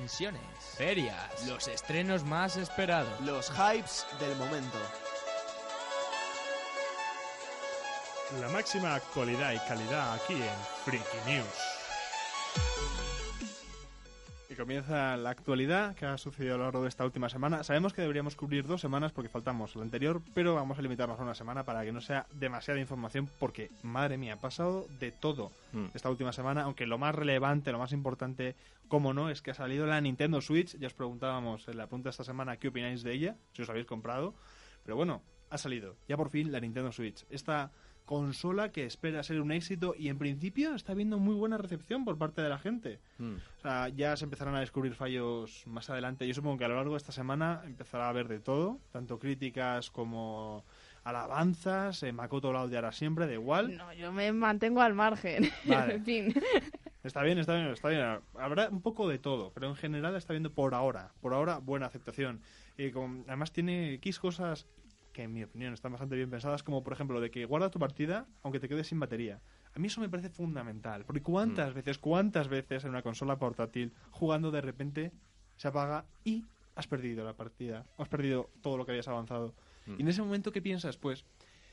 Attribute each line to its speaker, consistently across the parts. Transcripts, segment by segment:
Speaker 1: Tensiones, ferias, los estrenos más esperados.
Speaker 2: Los hypes del momento.
Speaker 3: La máxima actualidad y calidad aquí en Freaky News. Y comienza la actualidad que ha sucedido a lo largo de esta última semana. Sabemos que deberíamos cubrir dos semanas porque faltamos la anterior, pero vamos a limitarnos a una semana para que no sea demasiada información porque, madre mía, ha pasado de todo
Speaker 4: Mm.
Speaker 3: esta última semana, aunque lo más relevante, lo más importante, como no, es que ha salido la Nintendo Switch. Ya os preguntábamos en la pregunta de esta semana qué opináis de ella, si os habéis comprado. Pero bueno, ha salido ya por fin la Nintendo Switch. Esta consola que espera ser un éxito y en principio está viendo muy buena recepción por parte de la gente.
Speaker 4: Mm.
Speaker 3: O sea, ya se empezarán a descubrir fallos más adelante. Yo supongo que a lo largo de esta semana empezará a haber de todo, tanto críticas como alabanzas. Eh, Makoto lo odiará siempre, da igual.
Speaker 5: No, yo me mantengo al margen.
Speaker 3: Vale.
Speaker 5: en fin.
Speaker 3: Está bien, está bien, está bien. Habrá un poco de todo, pero en general está viendo por ahora, por ahora buena aceptación. Y con- además tiene X cosas que en mi opinión están bastante bien pensadas, como por ejemplo de que guarda tu partida aunque te quedes sin batería. A mí eso me parece fundamental, porque
Speaker 4: Mm.
Speaker 3: cuántas veces, cuántas veces en una consola portátil jugando de repente se apaga y has perdido la partida, o has perdido todo lo que habías avanzado.
Speaker 4: Mm.
Speaker 3: Y en ese momento, ¿qué piensas? Pues,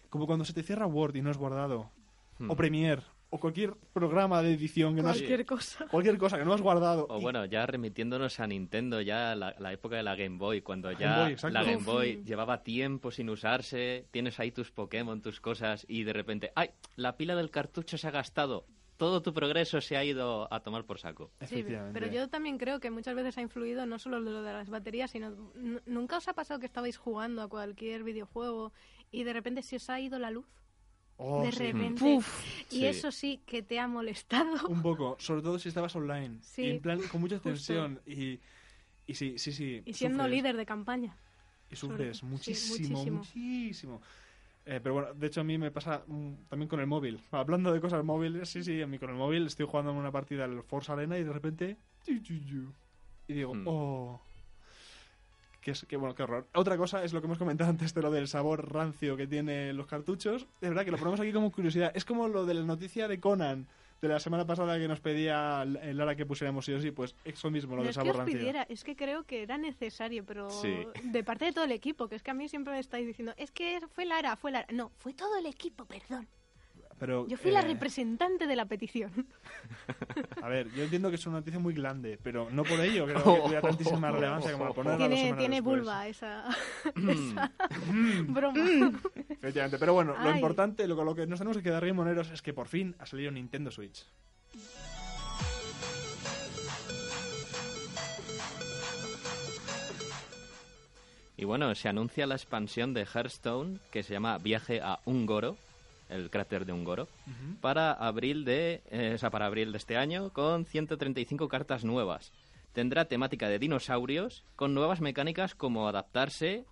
Speaker 3: como cuando se te cierra Word y no has guardado,
Speaker 4: Mm.
Speaker 3: o Premiere, o cualquier programa de edición que no has
Speaker 5: Cualquier cosa.
Speaker 3: cualquier cosa que no has guardado.
Speaker 4: O
Speaker 3: Y-
Speaker 4: bueno, ya remitiéndonos a Nintendo, ya la, la época de la Game Boy, cuando
Speaker 3: Game
Speaker 4: ya
Speaker 3: Boy, exacto.
Speaker 4: la Game
Speaker 3: Uf.
Speaker 4: Boy llevaba tiempo sin usarse, tienes ahí tus Pokémon, tus cosas, y de repente, ¡ay! La pila del cartucho se ha gastado, todo tu progreso se ha ido a tomar por saco.
Speaker 6: Sí,
Speaker 3: Efectivamente.
Speaker 6: pero yo también creo que muchas veces ha influido no solo lo de las baterías, sino n- nunca os ha pasado que estabais jugando a cualquier videojuego y de repente se os ha ido la luz.
Speaker 3: Oh,
Speaker 6: de
Speaker 3: sí.
Speaker 6: repente. y
Speaker 4: Sí.
Speaker 6: eso sí que te ha molestado.
Speaker 3: Un poco, sobre todo si estabas online.
Speaker 6: Sí,
Speaker 3: Y en plan, con mucha
Speaker 6: justo.
Speaker 3: tensión. Y, y sí, sí, sí.
Speaker 6: Y siendo
Speaker 3: sufres.
Speaker 6: líder de campaña.
Speaker 3: Y sufres
Speaker 6: Sí,
Speaker 3: muchísimo,
Speaker 6: muchísimo.
Speaker 3: muchísimo. Eh, pero bueno, de hecho a mí me pasa mm, también con el móvil. Hablando de cosas móviles, sí, sí, a mí con el móvil estoy jugando en una partida al Forza Arena y de repente... chu, chu, chu. Y digo,
Speaker 4: Mm.
Speaker 3: oh... Que, es, que bueno, qué horror. Otra cosa es lo que hemos comentado antes de lo del sabor rancio que tienen los cartuchos. Es verdad que lo ponemos aquí como curiosidad. Es como lo de la noticia de Conan de la semana pasada que nos pedía el Lara que pusiéramos sí o sí. Pues eso mismo, lo
Speaker 6: No
Speaker 3: del
Speaker 6: es que
Speaker 3: sabor
Speaker 6: os
Speaker 3: rancio.
Speaker 6: pidiera, es que creo que era necesario, pero
Speaker 4: Sí.
Speaker 6: de parte de todo el equipo, que es que a mí siempre me estáis diciendo, es que fue Lara, fue Lara. No, fue todo el equipo, perdón.
Speaker 3: Pero,
Speaker 6: Yo fui la
Speaker 3: eh,
Speaker 6: representante de la petición.
Speaker 3: A ver, yo entiendo que es una noticia muy grande, pero no por ello creo que tuviera tantísima relevancia como al ponerla dos
Speaker 6: tiene
Speaker 3: semanas
Speaker 6: tiene
Speaker 3: después.
Speaker 6: vulva ¿eh? esa, esa broma.
Speaker 3: Efectivamente, pero bueno, lo
Speaker 6: Ay.
Speaker 3: importante, lo, con lo que nos tenemos que quedar bien moneros es que por fin ha salido Nintendo Switch.
Speaker 4: Y bueno, se anuncia la expansión de Hearthstone, que se llama Viaje a Ungoro, el cráter de Ungoro, para abril de, eh, o sea, para abril de este año, con 135 cartas nuevas. Tendrá temática de dinosaurios, con nuevas mecánicas como adaptarse,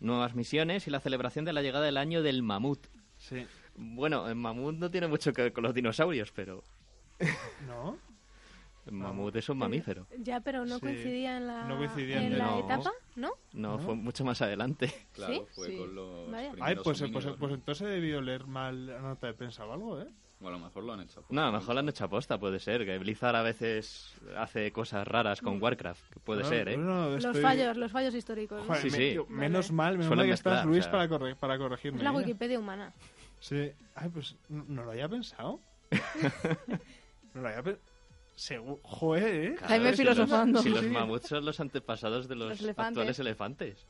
Speaker 4: nuevas misiones y la celebración de la llegada del año del mamut.
Speaker 3: Sí.
Speaker 4: Bueno, el mamut no tiene mucho que ver con los dinosaurios, pero
Speaker 3: ¿No?
Speaker 4: el mamut es un mamífero.
Speaker 6: Ya, pero no
Speaker 3: Sí.
Speaker 6: coincidía en la,
Speaker 3: No coincidía
Speaker 6: en
Speaker 4: en
Speaker 6: la
Speaker 4: el-
Speaker 6: etapa, ¿no?
Speaker 4: No, fue mucho más adelante.
Speaker 7: Claro,
Speaker 5: ¿Sí?
Speaker 7: fue
Speaker 5: Sí.
Speaker 7: con los
Speaker 6: Vaya.
Speaker 7: primeros
Speaker 3: Ay, pues, pues,
Speaker 7: homínidos,
Speaker 3: pues,
Speaker 7: ¿no?
Speaker 3: entonces he debido leer mal la nota de prensa o algo, ¿eh?
Speaker 7: O a lo mejor lo han hecho.
Speaker 4: No, a lo mejor la han hecho aposta, puede ser. Que Blizzard a veces hace cosas raras con Warcraft, que puede
Speaker 3: No,
Speaker 4: ser, ¿eh?
Speaker 3: no,
Speaker 6: Los
Speaker 3: estoy-
Speaker 6: fallos, los fallos históricos. ¿no?
Speaker 3: Joder,
Speaker 4: Sí,
Speaker 3: me-
Speaker 4: sí.
Speaker 3: tío, menos mal, menos
Speaker 4: Suelen
Speaker 3: mal que estás
Speaker 4: mezclar,
Speaker 3: Luis
Speaker 4: o sea.
Speaker 3: para, corre- para corregirme.
Speaker 6: Es la
Speaker 3: ¿eh?
Speaker 6: Wikipedia humana.
Speaker 3: Sí. Ay, pues no, no lo había pensado. no lo había pensado. Joder, ¿eh?
Speaker 4: Claro,
Speaker 5: Jaime
Speaker 4: si los-
Speaker 5: filosofando.
Speaker 4: Si los
Speaker 3: Sí.
Speaker 4: mamuts son los antepasados de los,
Speaker 5: Los elefantes.
Speaker 4: actuales elefantes.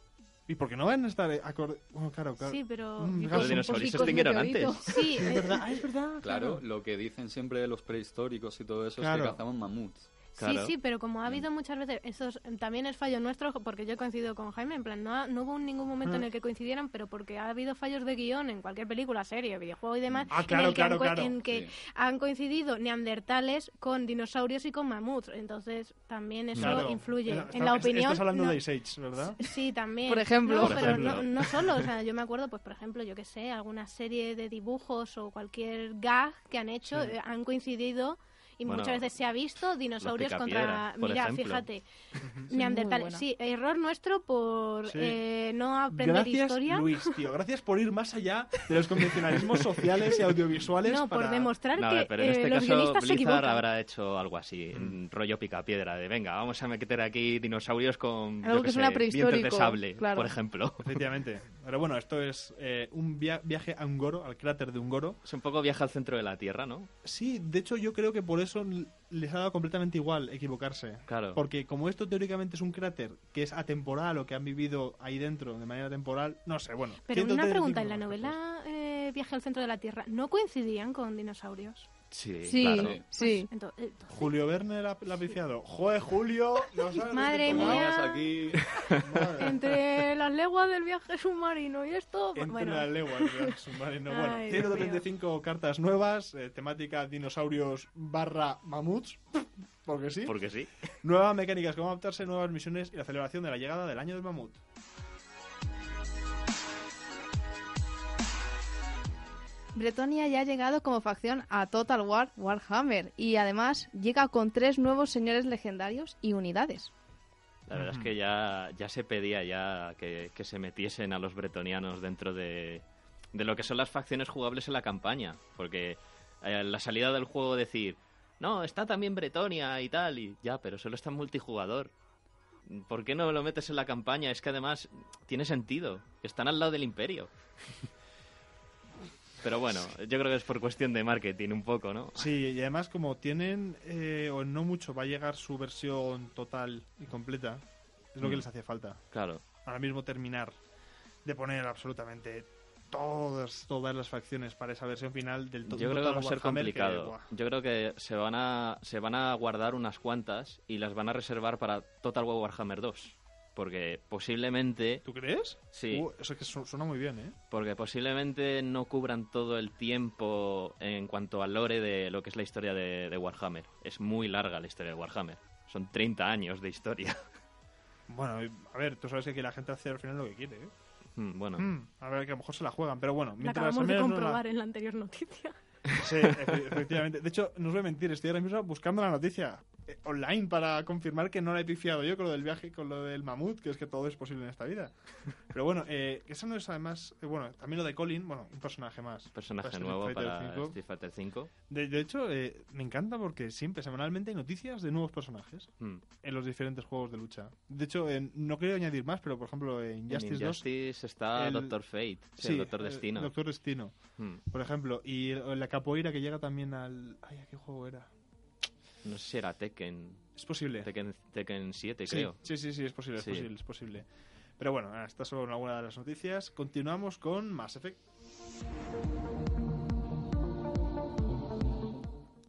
Speaker 3: ¿Y por qué no van a estar eh, acorde? Bueno, claro, claro.
Speaker 6: Sí, pero...
Speaker 3: Mm,
Speaker 4: Los
Speaker 3: Son
Speaker 4: dinosaurios
Speaker 5: pocos
Speaker 4: extinguieron
Speaker 5: meteoritos.
Speaker 4: antes.
Speaker 6: Sí,
Speaker 3: Es
Speaker 6: eh,
Speaker 3: verdad, ah, es verdad.
Speaker 7: Claro, lo que dicen siempre de los prehistóricos y todo eso
Speaker 3: Claro.
Speaker 7: es que cazaban mamuts.
Speaker 4: Claro.
Speaker 6: Sí, sí, pero como ha habido muchas veces, eso es- también es fallo nuestro, porque yo coincido con Jaime, en plan, no, ha- no hubo ningún momento en el que coincidieran, pero porque ha habido fallos de guión en cualquier película, serie, videojuego y demás,
Speaker 3: Ah, claro,
Speaker 6: en el que,
Speaker 3: claro,
Speaker 6: han, co-
Speaker 3: claro.
Speaker 6: en que
Speaker 7: Sí.
Speaker 6: han coincidido neandertales con dinosaurios y con mamuts, entonces también eso
Speaker 3: Claro.
Speaker 6: influye
Speaker 3: Está-
Speaker 6: en la
Speaker 3: es-
Speaker 6: opinión.
Speaker 3: Estás hablando
Speaker 6: no-
Speaker 3: de Ice Age, ¿verdad?
Speaker 6: Sí, también.
Speaker 5: Por ejemplo.
Speaker 6: No,
Speaker 4: Por
Speaker 6: pero
Speaker 4: ejemplo.
Speaker 6: No, no solo, o sea, yo me acuerdo, pues por ejemplo, yo que sé, alguna serie de dibujos o cualquier gag que han hecho eh, han coincidido y
Speaker 4: Bueno,
Speaker 6: muchas veces se ha visto dinosaurios contra.
Speaker 4: picapiedras, por
Speaker 6: Mirad,
Speaker 4: ejemplo.
Speaker 6: fíjate.
Speaker 5: muy
Speaker 6: Neandertales.
Speaker 5: buena.
Speaker 6: Sí, error nuestro por
Speaker 3: Sí.
Speaker 6: eh, no aprender
Speaker 3: Gracias,
Speaker 6: historia.
Speaker 3: Luis, tío. Gracias por ir más allá de los convencionalismos sociales y audiovisuales.
Speaker 6: no,
Speaker 3: para...
Speaker 6: por demostrar
Speaker 4: No, a
Speaker 6: que
Speaker 4: ver, pero en
Speaker 6: eh,
Speaker 4: este
Speaker 6: los
Speaker 4: caso
Speaker 6: guionistas se
Speaker 4: Blizzard
Speaker 6: equivocan.
Speaker 4: habrá hecho algo así,
Speaker 3: Mm.
Speaker 4: un rollo picapiedra de venga, vamos a meter aquí dinosaurios con
Speaker 5: Algo
Speaker 4: yo
Speaker 5: que suena
Speaker 4: sé, dientes de
Speaker 5: prehistórico,
Speaker 4: sable,
Speaker 5: claro.
Speaker 4: por ejemplo.
Speaker 3: Efectivamente. Pero bueno, esto es eh, un via- viaje a Ungoro, al cráter de Ungoro.
Speaker 4: Es un poco viaje al centro de la Tierra, ¿no?
Speaker 3: Sí, de hecho yo creo que por eso l- les ha dado completamente igual equivocarse.
Speaker 4: Claro.
Speaker 3: Porque como esto teóricamente es un cráter que es atemporal o que han vivido ahí dentro de manera temporal, no sé, bueno.
Speaker 6: Pero una
Speaker 3: 135
Speaker 6: pregunta, en la
Speaker 3: kilómetros.
Speaker 6: novela eh, Viaje al centro de la Tierra, ¿no coincidían con dinosaurios?
Speaker 4: Sí,
Speaker 5: Sí,
Speaker 4: claro.
Speaker 5: sí.
Speaker 6: Ento- eh, entonces-
Speaker 3: Julio Verne la, la ha viciado. Joder, Julio. no sabes lo que
Speaker 6: Madre
Speaker 3: te
Speaker 6: mía.
Speaker 3: tomabas.
Speaker 7: Tomadas aquí.
Speaker 3: Madre.
Speaker 6: entre las leguas del viaje submarino y esto,
Speaker 3: Entre
Speaker 6: bueno,
Speaker 3: las leguas, ¿verdad? submarino. Bueno,
Speaker 6: Ay, Dios
Speaker 3: 135 cartas nuevas, eh, temática dinosaurios barra mamuts, porque sí.
Speaker 4: Porque sí.
Speaker 3: Nuevas mecánicas, cómo adaptarse, nuevas misiones y la celebración de la llegada del año del mamut.
Speaker 5: Bretonia ya ha llegado como facción a Total War Warhammer y además llega con tres nuevos señores legendarios y unidades.
Speaker 4: La verdad es que ya, ya se pedía ya que, que se metiesen a los bretonianos dentro de, de lo que son las facciones jugables en la campaña. Porque eh, la salida del juego decir, no, está también Bretonia y tal, y ya, pero solo está en multijugador. ¿Por qué no lo metes en la campaña? Es que además tiene sentido. Están al lado del imperio. Pero bueno, yo creo que es por cuestión de marketing un poco, ¿no?
Speaker 3: Sí, y además como tienen, eh, o no mucho, va a llegar su versión total y completa, es lo que
Speaker 4: Mm.
Speaker 3: les hacía falta.
Speaker 4: Claro.
Speaker 3: Ahora mismo terminar de poner absolutamente todas, todas las facciones para esa versión final del to-
Speaker 4: Yo creo que
Speaker 3: Total
Speaker 4: va a ser
Speaker 3: Warhammer que,
Speaker 4: complicado.
Speaker 3: buah,
Speaker 4: Yo creo que se van a se van a guardar unas cuantas y las van a reservar para Total War Warhammer 2, porque posiblemente
Speaker 3: ¿Tú crees?
Speaker 4: Sí.
Speaker 3: Uh, eso es que su- suena muy bien, ¿eh?
Speaker 4: porque posiblemente no cubran todo el tiempo en cuanto al lore de lo que es la historia de, de Warhammer. Es muy larga la historia de Warhammer. Son 30 años de historia.
Speaker 3: Bueno, a ver, tú sabes que aquí la gente hace al final lo que quiere, ¿eh?
Speaker 4: Mm, bueno,
Speaker 3: Mm, a ver, que a lo mejor se la juegan, pero bueno,
Speaker 6: la
Speaker 3: mientras...
Speaker 6: acabamos de
Speaker 3: al menos no la-
Speaker 6: comprobar en la anterior noticia.
Speaker 3: Sí, efe- efectivamente. De hecho, no os voy a mentir, estoy ahora mismo buscando la noticia eh, online para confirmar que no la he pifiado yo con lo del viaje, con lo del mamut, que es que todo es posible en esta vida. Pero bueno, eh, eso no es además... eh, bueno, también lo de Colin, bueno, un personaje más.
Speaker 4: personaje
Speaker 3: Para Pues Street
Speaker 4: nuevo
Speaker 3: Fighter
Speaker 4: para
Speaker 3: V.
Speaker 4: Street Fighter 5.
Speaker 3: De, de hecho, eh, me encanta porque siempre, semanalmente, hay noticias de nuevos personajes
Speaker 4: Hmm.
Speaker 3: en los diferentes juegos de lucha. De hecho, en- no quiero añadir más, pero por ejemplo, en Justice, 2...
Speaker 4: está
Speaker 3: el-
Speaker 4: Doctor Fate, sí, el Doctor
Speaker 3: eh,
Speaker 4: Destino.
Speaker 3: Doctor Destino.
Speaker 4: Mm.
Speaker 3: Por ejemplo, y el- la capoeira que llega también al... Ay, ¿a qué juego era?
Speaker 4: No sé si era Tekken,
Speaker 3: Es posible.
Speaker 4: Tekken, Tekken 7,
Speaker 3: sí,
Speaker 4: creo.
Speaker 3: sí, sí, sí, es posible, es
Speaker 4: Sí.
Speaker 3: posible, es posible. Pero bueno, nada, estas son algunas de las noticias. Continuamos con Mass Effect.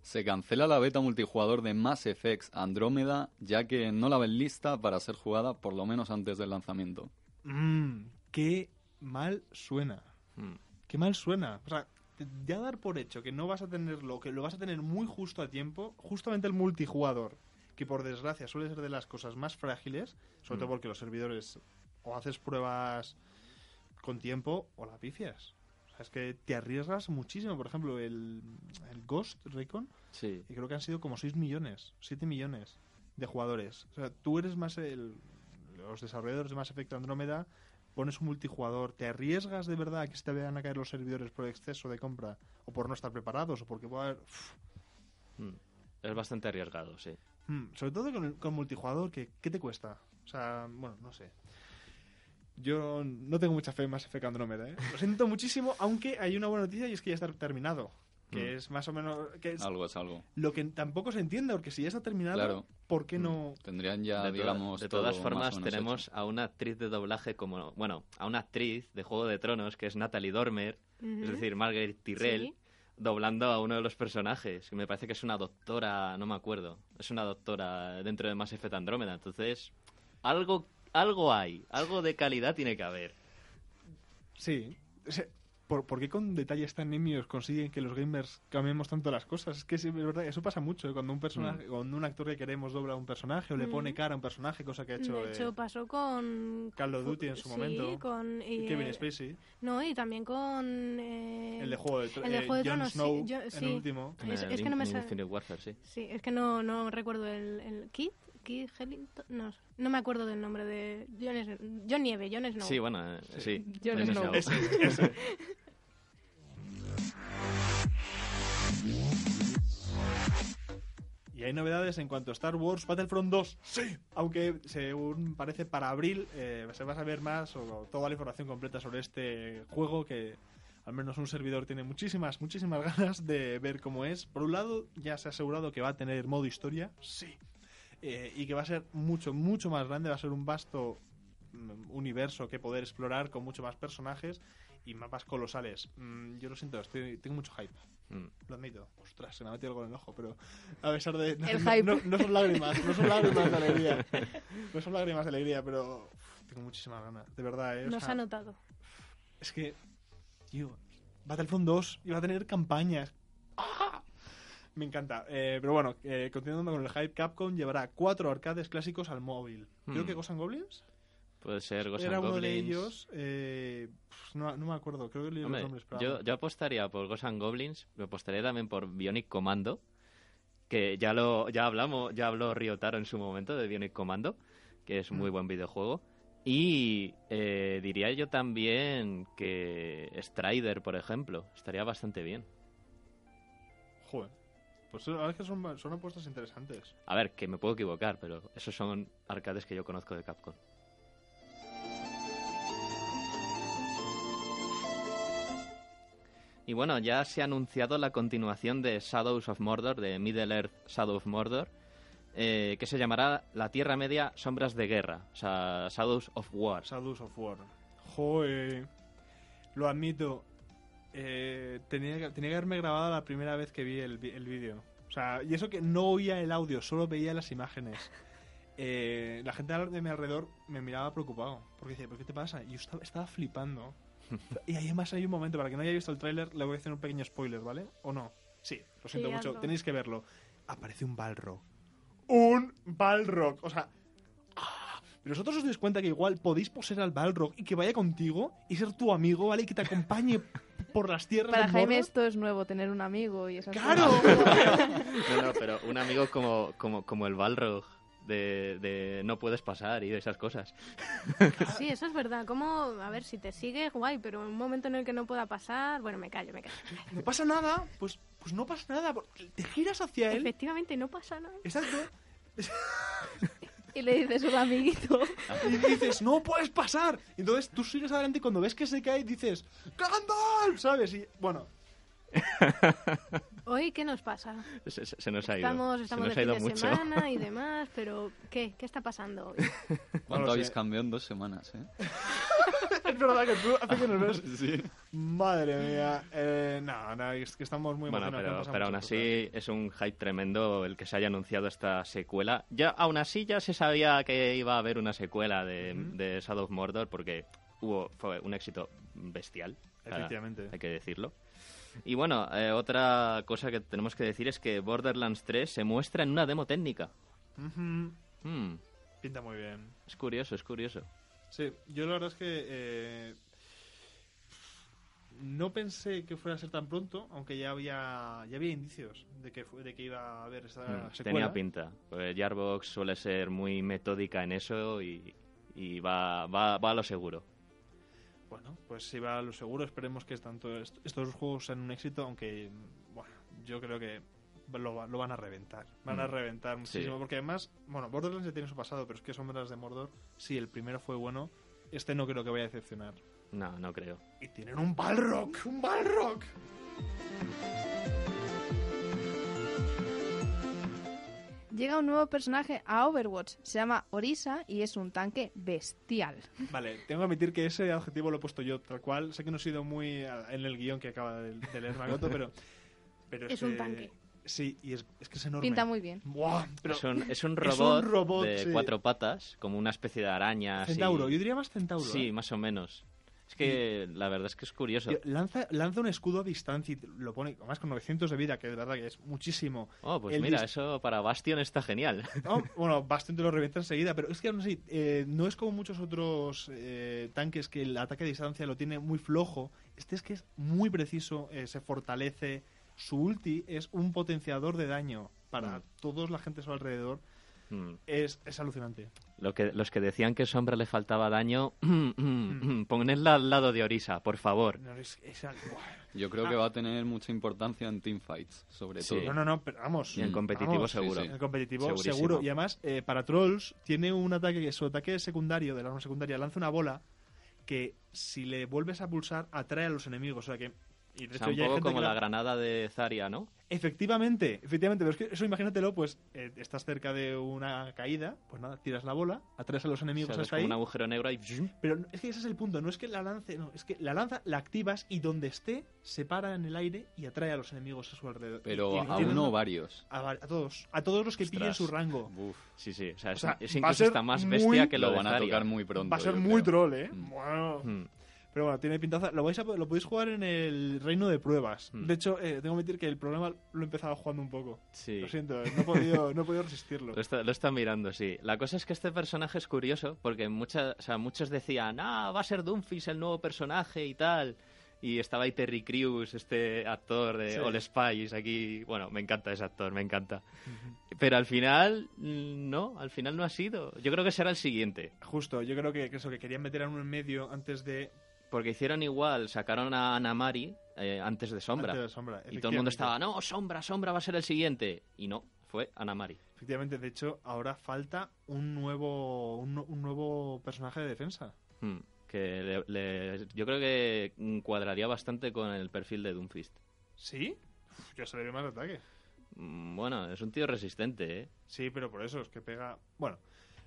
Speaker 7: Se cancela la beta multijugador de Mass Effect Andrómeda, ya que no la ven lista para ser jugada por lo menos antes del lanzamiento.
Speaker 3: Mmm, qué mal suena.
Speaker 4: Mm.
Speaker 3: Qué mal suena. O sea, te- ya dar por hecho que no vas a tenerlo, que lo vas a tener muy justo a tiempo, justamente el multijugador, que por desgracia suele ser de las cosas más frágiles, sobre
Speaker 4: Mm.
Speaker 3: todo porque los servidores o haces pruebas con tiempo o la pifias. O sea, es que te arriesgas muchísimo. Por ejemplo, el, el Ghost Recon,
Speaker 4: Sí.
Speaker 3: y creo que han sido como 6 millones, 7 millones de jugadores. O sea, tú eres más el. Los desarrolladores de Mass Effect Andrómeda pones un multijugador, te arriesgas de verdad a que se te vayan a caer los servidores por exceso de compra, o por no estar preparados, o porque pueda haber. Uf.
Speaker 4: Mm. Es bastante arriesgado, sí.
Speaker 3: Mm, Sobre todo con, el- con multijugador, que ¿qué te cuesta? O sea, bueno, no sé. Yo no tengo mucha fe en Mass Effect Andrómeda, ¿eh? Lo siento muchísimo, aunque hay una buena noticia y es que ya está terminado. Que
Speaker 4: Mm.
Speaker 3: es más o menos. Que es
Speaker 7: Algo es algo.
Speaker 3: lo que tampoco se entiende, porque si ya está terminado,
Speaker 7: Claro.
Speaker 3: ¿por qué no?
Speaker 7: Tendrían ya,
Speaker 4: de, toda-
Speaker 7: digamos,
Speaker 4: de todas
Speaker 7: todo más
Speaker 4: formas,
Speaker 7: o menos
Speaker 4: tenemos a una actriz de doblaje como. Bueno, a una actriz de Juego de Tronos que es Natalie Dormer, es
Speaker 6: Ujú.
Speaker 4: decir, Margaret Tyrell,
Speaker 6: Sí.
Speaker 4: doblando a uno de los personajes, que me parece que es una doctora, no me acuerdo. Es una doctora dentro de Mass Effect Andrómeda. Entonces, algo, algo hay, algo de calidad tiene que haber.
Speaker 3: Sí. O sea, ¿por, por qué con detalles tan nimios consiguen que los gamers cambiemos tanto las cosas? Es que sí, es verdad, eso pasa mucho. ¿eh? Cuando un personaje, cuando un actor que queremos dobla a un personaje o le
Speaker 6: Mm.
Speaker 3: pone cara a un personaje, cosa que ha hecho,
Speaker 6: De hecho,
Speaker 3: eh,
Speaker 6: pasó con.
Speaker 3: Call of Duty en su
Speaker 6: sí,
Speaker 3: momento.
Speaker 6: con. y,
Speaker 3: Kevin
Speaker 6: eh,
Speaker 3: Spacey,
Speaker 6: No, y también con. eh,
Speaker 3: el de Juego de, Tro-
Speaker 6: el de
Speaker 3: eh,
Speaker 6: Juego de
Speaker 3: Jon
Speaker 6: Tronos, sí,
Speaker 3: Snow,
Speaker 6: yo-
Speaker 3: en
Speaker 6: sí.
Speaker 3: el último.
Speaker 6: Es-
Speaker 4: En
Speaker 6: es
Speaker 4: el
Speaker 6: que no me
Speaker 4: In-
Speaker 6: sale.
Speaker 4: Eh, Infinite Warfare, sí.
Speaker 6: Sí, es que no, no recuerdo el. el Kit, Kit Harington, no, sé, no me acuerdo del nombre de. John, Snow- John Nieve, John Snow.
Speaker 4: Sí, bueno, eh, sí.
Speaker 5: Jon
Speaker 4: Jon
Speaker 5: Snow.
Speaker 4: Snow.
Speaker 3: Y hay novedades en cuanto a Star Wars Battlefront 2. Sí. Aunque según parece para abril eh, se va a saber más o toda la información completa sobre este juego que al menos un servidor tiene muchísimas, muchísimas ganas de ver cómo es. Por un lado, ya se ha asegurado que va a tener modo historia. Sí. Eh, y que va a ser mucho, mucho más grande, va a ser un vasto mm, universo que poder explorar con mucho más personajes y mapas colosales. Mm, yo lo siento, estoy, tengo mucho hype.
Speaker 4: Mm.
Speaker 3: Lo admito. Ostras, se me ha metido algo en el ojo, pero a pesar de... No,
Speaker 5: El
Speaker 3: no-
Speaker 5: hype.
Speaker 3: No, no son lágrimas, no son lágrimas de alegría. No son lágrimas de alegría, pero uf, tengo muchísimas ganas, de verdad. ¿eh? O
Speaker 6: Nos
Speaker 3: sea,
Speaker 6: ha notado.
Speaker 3: es que, tío, Battlefront 2 iba a tener campañas. ¡Ah! Me encanta. Eh, pero bueno, eh, continuando con el hype, Capcom llevará cuatro arcades clásicos al móvil. Creo
Speaker 4: Hmm.
Speaker 3: que Ghost and Goblins
Speaker 4: Puede ser Ghost
Speaker 3: era
Speaker 4: and
Speaker 3: uno de
Speaker 4: Goblins.
Speaker 3: ellos. eh, pf, no, no me acuerdo, creo que leí
Speaker 4: Hombre,
Speaker 3: los nombres. pero
Speaker 4: yo,
Speaker 3: vamos.
Speaker 4: yo apostaría por Ghost and Goblins, me apostaría también por Bionic Commando, que ya lo ya hablamos, ya habló Ryotaro en su momento de Bionic Commando, que es muy buen videojuego. Y eh, diría yo también que Strider, por ejemplo, estaría bastante bien.
Speaker 3: Joder. Pues la verdad es que son, son apuestas interesantes.
Speaker 4: A ver, que me puedo equivocar, pero esos son arcades que yo conozco de Capcom. Y bueno, ya se ha anunciado la continuación de Shadows of Mordor, de Middle Earth Shadow of Mordor, eh, que se llamará La Tierra Media Sombras de Guerra, o sea, Shadows of War.
Speaker 3: Shadows of War. Joder. Lo admito. eh, tenía, que- tenía que haberme grabado la primera vez que vi el, vi- el vídeo. O sea, y eso que no oía el audio, solo veía las imágenes. Eh, la gente de mi alrededor me miraba preocupado. Porque decía, ¿pero qué te pasa? Y yo estaba, estaba flipando. Y ahí además hay un momento, para que no haya visto el tráiler, le voy a hacer un pequeño spoiler, ¿vale? ¿O no? Sí, lo siento
Speaker 6: Sí,
Speaker 3: mucho.
Speaker 6: hazlo.
Speaker 3: Tenéis que verlo. Aparece un Balrog. ¡Un Balrog! O sea, ah, pero vosotros os dais cuenta que igual podéis poseer al Balrog y que vaya contigo y ser tu amigo, ¿vale? Y que te acompañe por las tierras
Speaker 5: Para
Speaker 3: de
Speaker 5: Jaime
Speaker 3: Mordor.
Speaker 5: esto es nuevo, tener un amigo y esas
Speaker 3: ¡Claro!
Speaker 5: cosas.
Speaker 4: No, no, pero un amigo como, como, como el Balrog de, de No Puedes Pasar y de esas cosas.
Speaker 6: Ah, Sí, eso es verdad. Como, a ver, si te sigue, guay, pero en un momento en el que no pueda pasar, bueno, me callo, me callo.
Speaker 3: No pasa nada, pues, pues no pasa nada. porque Te giras hacia él.
Speaker 6: Efectivamente, no pasa nada.
Speaker 3: Exacto.
Speaker 5: Y le dices, hola amiguito.
Speaker 3: Y dices, no puedes pasar. Y entonces tú sigues adelante y cuando ves que se cae dices, ¡Gandalf! ¿Sabes? Y bueno,
Speaker 6: Hoy, ¿qué nos pasa?
Speaker 4: Se, se- se nos ha ido.
Speaker 6: Estamos,
Speaker 4: se
Speaker 6: estamos
Speaker 4: nos
Speaker 6: de
Speaker 4: ha ido
Speaker 6: fin de
Speaker 4: mucho.
Speaker 6: semana y demás, pero ¿qué? ¿Qué está pasando hoy?
Speaker 3: No lo
Speaker 7: ¿Cuánto habéis
Speaker 3: sé.
Speaker 7: cambiado en dos semanas, eh?
Speaker 3: es verdad que tú hace que nos ves.
Speaker 7: Sí.
Speaker 3: Madre mía. Eh, no, no, es que estamos muy
Speaker 4: Bueno,
Speaker 3: emocionados.
Speaker 4: pero,
Speaker 3: han pasado
Speaker 4: pero aún
Speaker 3: muchas
Speaker 4: así es un hype tremendo el que se haya anunciado esta secuela. Ya, aún así ya se sabía que iba a haber una secuela de, de Shadow of Mordor porque hubo, fue un éxito bestial.
Speaker 3: cosas.
Speaker 4: para-
Speaker 3: Efectivamente.
Speaker 4: Hay que decirlo. Y bueno, eh, otra cosa que tenemos que decir es que Borderlands 3 se muestra en una demo técnica.
Speaker 3: Ujú.
Speaker 4: Hmm,
Speaker 3: Pinta muy bien.
Speaker 4: es curioso, es curioso.
Speaker 3: Sí, yo la verdad es que eh, no pensé que fuera a ser tan pronto, aunque ya había ya había indicios de que fu- de que iba a haber esa
Speaker 4: Hmm,
Speaker 3: Ah, secuela.
Speaker 4: tenía pinta. Porque Jarbox suele ser muy metódica en eso y, y va, va, va a lo seguro.
Speaker 3: Bueno, pues si va a lo seguro, esperemos que tanto est- estos dos juegos sean un éxito, aunque bueno, yo creo que lo, va- lo van a reventar. Van a
Speaker 4: Mm.
Speaker 3: reventar muchísimo,
Speaker 4: Sí.
Speaker 3: porque además, bueno, Borderlands ya tiene su pasado, pero es que Sombras de Mordor, si el primero fue bueno, este no creo que vaya a decepcionar.
Speaker 4: No, no creo.
Speaker 3: Y tienen un Balrog, un Balrog.
Speaker 5: Llega un nuevo personaje a Overwatch. Se llama Orisa y es un tanque bestial.
Speaker 3: Vale, tengo que admitir que ese adjetivo lo he puesto yo tal cual. Sé que no he sido muy a- en el guión que acaba de, de leer Magoto, pero, pero
Speaker 6: Es
Speaker 3: que-
Speaker 6: un tanque.
Speaker 3: Sí, y es, es que es enorme.
Speaker 5: Pinta muy bien.
Speaker 3: Buah, pero
Speaker 4: es, un, es un
Speaker 3: es
Speaker 4: robot,
Speaker 3: un robot,
Speaker 4: de
Speaker 3: sí.
Speaker 4: cuatro patas, como una especie de araña. así.
Speaker 3: centauro, yo diría más centauro.
Speaker 4: Sí,
Speaker 3: ¿eh?
Speaker 4: más o menos. Es que la verdad es que es curioso.
Speaker 3: Tío, lanza, lanza un escudo a distancia y te lo pone, además con 900 de vida, que de verdad que es muchísimo.
Speaker 4: Oh, pues
Speaker 3: El
Speaker 4: mira,
Speaker 3: dis-
Speaker 4: eso para Bastion está genial.
Speaker 3: Oh, bueno, Bastion te lo revienta enseguida, pero es que aún así, eh, no es como muchos otros eh, tanques que el ataque a distancia lo tiene muy flojo. Este es que es muy preciso, eh, se fortalece. Su ulti es un potenciador de daño para
Speaker 4: Mm.
Speaker 3: todos la gente a su alrededor.
Speaker 4: Mm.
Speaker 3: Es, es alucinante.
Speaker 4: Lo que, los que decían que Sombra le faltaba daño, mm,
Speaker 3: Mm.
Speaker 4: ponedla al lado de Orisa, por favor.
Speaker 3: No, es- es algo-
Speaker 7: Yo creo que va a tener mucha importancia en teamfights, sobre
Speaker 4: Sí.
Speaker 7: todo.
Speaker 3: no, no, no, pero vamos.
Speaker 4: Y en competitivo
Speaker 3: vamos.
Speaker 7: sí,
Speaker 4: seguro.
Speaker 7: sí.
Speaker 3: El competitivo,
Speaker 4: Segurísimo.
Speaker 3: seguro. Y además, eh, para Trolls, tiene un ataque que su ataque secundario, de la arma secundaria, lanza una bola que si le vuelves a pulsar atrae a los enemigos. O sea que. Y de
Speaker 4: O sea,
Speaker 3: hecho
Speaker 4: un
Speaker 3: ya hay
Speaker 4: poco
Speaker 3: gente
Speaker 4: como
Speaker 3: que
Speaker 4: la
Speaker 3: la-
Speaker 4: granada de Zarya, ¿no?
Speaker 3: Efectivamente, efectivamente. Pero es que eso, imagínatelo, pues eh, estás cerca de una caída, pues nada, tiras la bola, atraes a los
Speaker 4: O sea,
Speaker 3: enemigos
Speaker 4: es
Speaker 3: hasta
Speaker 4: como
Speaker 3: ahí.
Speaker 4: un agujero negro y... ¡zum!
Speaker 3: Pero no- es que ese es el punto, no es que la lance, no, es que la lanza, la activas y donde esté, se para en el aire y atrae a los enemigos a su alrededor.
Speaker 7: Pero
Speaker 3: Y- y
Speaker 7: a
Speaker 3: tiene
Speaker 7: uno
Speaker 3: una-
Speaker 7: o varios.
Speaker 3: a, var- a todos, a todos los que pillen
Speaker 4: Ostras.
Speaker 3: su rango.
Speaker 7: Uf,
Speaker 4: Sí, sí. O sea, es,
Speaker 3: O sea,
Speaker 4: es
Speaker 3: va a
Speaker 4: incluso
Speaker 3: ser
Speaker 4: está más
Speaker 3: muy-
Speaker 4: bestia que lo,
Speaker 7: lo
Speaker 4: de
Speaker 7: van a
Speaker 4: Zarya.
Speaker 7: tocar muy pronto.
Speaker 3: Va a ser
Speaker 7: yo
Speaker 3: muy
Speaker 7: creo.
Speaker 3: troll, ¿eh?
Speaker 7: Mm.
Speaker 3: Bueno.
Speaker 4: Mm.
Speaker 3: Pero bueno, tiene pintaza. Lo, vais a, po- lo podéis jugar en el reino de pruebas.
Speaker 4: Mm.
Speaker 3: De hecho, eh, tengo que admitir que el problema lo he empezado jugando un poco.
Speaker 4: Sí.
Speaker 3: Lo siento, eh, no he podido, no he podido resistirlo.
Speaker 4: Lo está, lo está mirando, sí. La cosa es que este personaje es curioso porque mucha, o sea, muchos decían, ah, va a ser Dumfries el nuevo personaje y tal. Y estaba ahí Terry Crews, este actor de
Speaker 3: Sí.
Speaker 4: All Spice, aquí. Bueno, me encanta ese actor, me encanta. Pero al final, mm, no, al final no ha sido. Yo creo que será el siguiente.
Speaker 3: Justo, yo creo que, que eso, que querían meter a uno en medio antes de.
Speaker 4: Porque hicieron igual, sacaron a Anamari eh, antes de Sombra.
Speaker 3: antes de sombra
Speaker 4: y todo el
Speaker 3: efectivamente.
Speaker 4: mundo estaba, no, Sombra, Sombra va a ser el siguiente. Y no, fue Anamari.
Speaker 3: Efectivamente, de hecho, ahora falta un nuevo, un, nu- un nuevo personaje de defensa.
Speaker 4: Hmm, que le- le- yo creo que mm, cuadraría bastante con el perfil de Doomfist.
Speaker 3: ¿Sí? Uf, Yo se le veo más ataque.
Speaker 4: Mm, Bueno, es un tío resistente, ¿eh?
Speaker 3: Sí, pero por eso es que pega. Bueno,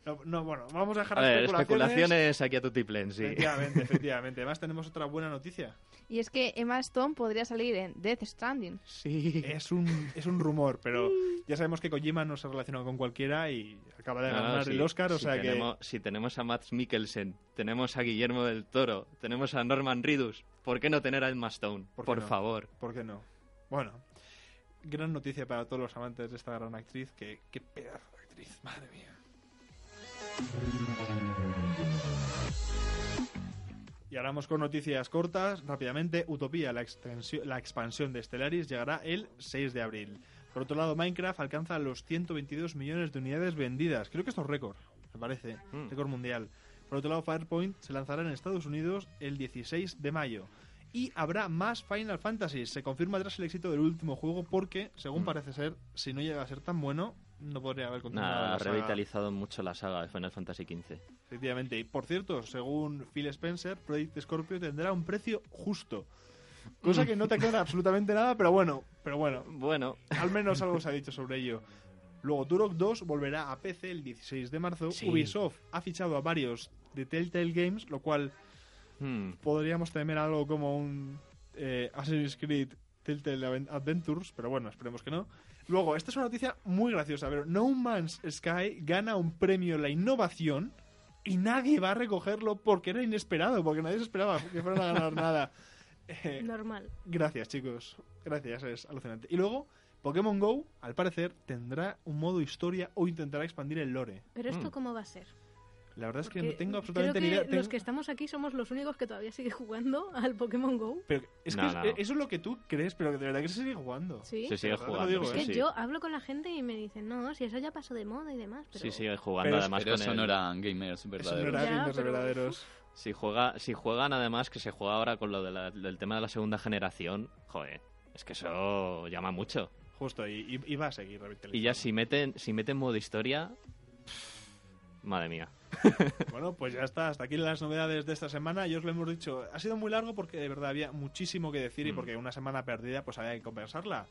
Speaker 3: no, no, bueno, vamos a dejar
Speaker 4: A ver,
Speaker 3: las especulaciones.
Speaker 4: especulaciones aquí a tu tiplén, sí.
Speaker 3: Efectivamente, efectivamente. Además, tenemos otra buena noticia.
Speaker 5: Y es que Emma Stone podría salir en Death Stranding.
Speaker 4: Sí.
Speaker 3: Es un, es un rumor, pero ya sabemos que Kojima no se ha relacionado con cualquiera y acaba de
Speaker 4: No, no,
Speaker 3: ganar
Speaker 4: sí,
Speaker 3: el Oscar, o
Speaker 4: si
Speaker 3: sea que...
Speaker 4: tenemos, Si tenemos a Matt Mikkelsen, tenemos a Guillermo del Toro, tenemos a Norman Reedus, ¿por qué no tener a Emma Stone?
Speaker 3: ¿Por qué
Speaker 4: Por,
Speaker 3: no?
Speaker 4: favor.
Speaker 3: ¿Por qué no? Bueno, gran noticia para todos los amantes de esta gran actriz, que qué pedazo de actriz, madre mía. Y ahora vamos con noticias cortas, rápidamente. Utopía, la, extensión- la expansión de Stellaris, llegará el 6 de abril. Por otro lado, Minecraft alcanza los 122 millones de unidades vendidas. Creo que esto es récord, me parece.
Speaker 4: Mm.
Speaker 3: Récord mundial. Por otro lado, Firepoint se lanzará en Estados Unidos el 16 de mayo. Y habrá más Final Fantasy. Se confirma tras el éxito del último juego porque, según
Speaker 4: Mm.
Speaker 3: parece ser, si no llega a ser tan bueno, no podría haber continuado.
Speaker 4: Nada, ha
Speaker 3: Pues la saga.
Speaker 4: revitalizado mucho la saga de Final Fantasy XV.
Speaker 3: Efectivamente. Y por cierto, según Phil Spencer, Project Scorpio tendrá un precio justo. Cosa que no te aclara absolutamente nada, pero bueno, pero bueno,
Speaker 4: Bueno,
Speaker 3: al menos algo se ha dicho sobre ello. Luego, Turok 2 volverá a PC el 16 de marzo.
Speaker 4: Sí.
Speaker 3: Ubisoft ha fichado a varios de Telltale Games, lo cual
Speaker 4: hmm,
Speaker 3: podríamos temer algo como un eh, Assassin's Creed Telltale Aven- Adventures, pero bueno, esperemos que no. Luego, esta es una noticia muy graciosa, pero No Man's Sky gana un premio a la innovación y nadie va a recogerlo porque era inesperado, porque nadie se esperaba que fueran a ganar nada. Eh,
Speaker 6: Normal.
Speaker 3: Gracias, chicos. Gracias, es alucinante. Y luego, Pokémon Go, al parecer, tendrá un modo historia o intentará expandir el lore.
Speaker 6: Pero esto
Speaker 4: Mm.
Speaker 6: cómo va a ser?
Speaker 3: La verdad es que
Speaker 6: Porque
Speaker 3: no tengo absolutamente
Speaker 6: creo
Speaker 3: ni
Speaker 6: que
Speaker 3: idea.
Speaker 6: los
Speaker 3: Tengo-
Speaker 6: que estamos aquí somos los únicos que todavía sigue jugando al Pokémon Go.
Speaker 3: Pero es que
Speaker 4: No,
Speaker 3: es-
Speaker 4: no.
Speaker 3: eh, eso es lo que tú crees, pero que de verdad que se sigue jugando.
Speaker 6: Sí.
Speaker 4: se sigue
Speaker 3: Pero no te lo
Speaker 4: jugando.
Speaker 3: digo,
Speaker 4: Oh, sí,
Speaker 6: Es que
Speaker 4: sí.
Speaker 6: yo hablo con la gente y me dicen, no, si eso ya pasó de moda y demás. Pero
Speaker 4: Sí, sigue jugando
Speaker 3: Pero es-
Speaker 4: además
Speaker 7: Pero
Speaker 4: con
Speaker 7: eso
Speaker 4: el-
Speaker 7: no eran gamers
Speaker 3: Eso no
Speaker 7: verdaderos.
Speaker 3: era
Speaker 6: Ya,
Speaker 3: gamers
Speaker 6: pero-
Speaker 3: verdaderos.
Speaker 4: Si, juega, si juegan además que se juega ahora con lo de la- del tema de la segunda generación, joder, es que eso llama mucho.
Speaker 3: Justo, y, y- y va a seguir revitalizando.
Speaker 4: Y ya si meten, si meten modo historia, pff, madre mía.
Speaker 3: Bueno, pues ya está. Hasta aquí las novedades de esta semana. Ya os lo hemos dicho. Ha sido muy largo porque de verdad había muchísimo que decir y
Speaker 4: Mm.
Speaker 3: porque una semana perdida pues había que compensarla.